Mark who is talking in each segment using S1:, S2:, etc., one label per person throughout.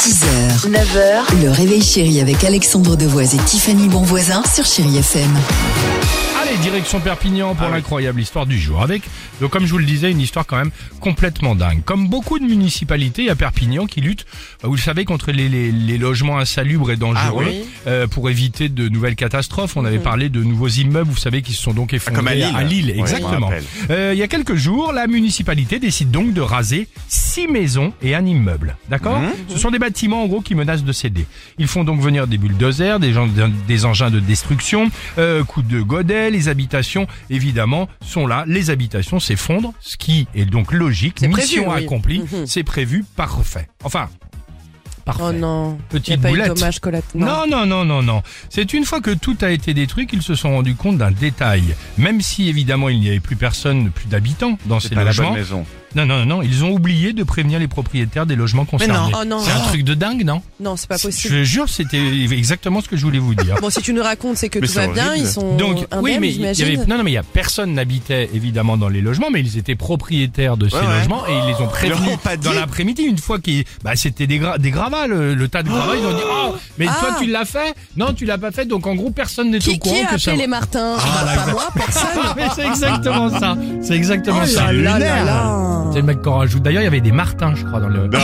S1: 6h, 9h, le réveil chéri avec Alexandre Devoise et Tiffany Bonvoisin sur Chéri FM.
S2: Allez, direction Perpignan
S3: Ah
S2: pour l'incroyable histoire du jour. Avec, donc, comme je vous le disais, une histoire quand même complètement dingue. Comme beaucoup de municipalités, à Perpignan qui luttent, bah, vous le savez, contre les, les- les logements insalubres et dangereux
S3: Ah oui. Mhm.
S2: euh, pour éviter de nouvelles catastrophes. On avait parlé de nouveaux immeubles, vous savez, qui se sont donc effondrés
S3: Ah, comme à Lille. Ouais, je me
S2: exactement.
S3: rappelle.
S2: Euh, il y a quelques jours, la municipalité décide donc de raser six maisons et un immeuble. D'accord
S3: Mhm.
S2: Ce sont des bâtiments en gros qui menacent de céder. Ils font donc venir des bulldozers, des, gens, des engins de destruction, euh, coups de godet, les habitations évidemment sont là. Les habitations s'effondrent, ce qui est donc logique.
S4: C'est prévu,
S2: Mission
S4: oui.
S2: accomplie,
S4: Mhm.
S2: c'est prévu, parfait. Enfin, parfait.
S4: Oh non.
S2: Petite
S4: Y a pas eu
S2: boulette.
S4: de dommage collatéraux.
S2: Non, non, non, non, non. C'est une fois que tout a été détruit qu'ils se sont rendus compte d'un détail. Même si, évidemment, il n'y avait plus personne, plus d'habitants dans ces
S3: C'est pas la bonne
S2: logements.
S3: maison.
S2: Non, non, non, ils ont oublié de prévenir les propriétaires des logements concernés.
S4: Oh non.
S2: C'est un truc de dingue, non
S4: Non, c'est pas
S2: Je
S4: possible.
S2: le jure, c'était exactement ce que je voulais vous dire.
S4: Bon, si tu nous racontes, c'est que
S3: Mais
S4: tout
S3: c'est
S4: va bien,
S3: horrible.
S4: ils sont
S2: Donc,
S4: indemnes,
S2: oui, mais il y
S4: Euh, ah ben, j'imagine.
S2: avait- non, non, mais il y a personne n'habitait évidemment dans les logements, mais ils étaient propriétaires de ces
S3: ouais.
S2: logements et ils les ont
S3: Ils
S2: prévenus
S3: leur ont pas dit.
S2: dans l'après-midi. Une fois qu'ils, bah, c'était des, gra- des gravats, le, le tas de gravats, ils ont dit, oh, mais
S4: Ah.
S2: toi tu l'as fait? Non, tu l'as pas fait, donc en gros, personne n'est au
S4: Qui,
S2: courant
S4: qui a
S2: que ça.
S4: appelé les Martins
S2: Ah,
S4: Bah,
S2: la
S4: Pas
S2: vache.
S4: moi, personne.
S2: Mais c'est exactement ça. C'est exactement
S4: Oh
S2: ça.
S4: là là là là.
S2: C'est le mec qu'on rajoute. D'ailleurs, il y avait des Martins, je crois, dans le.
S3: Bah,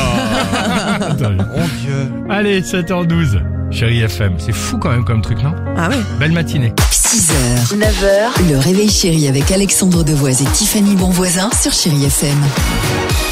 S2: Attends.
S3: Oh, Mon Dieu.
S2: Allez, 7h12. Chérie FM, c'est fou quand même comme truc, non
S4: Ah ouais.
S2: Belle matinée.
S1: 6h, 9h, le réveil chéri avec Alexandre Devoise et Tiffany Bonvoisin sur Chéri FM.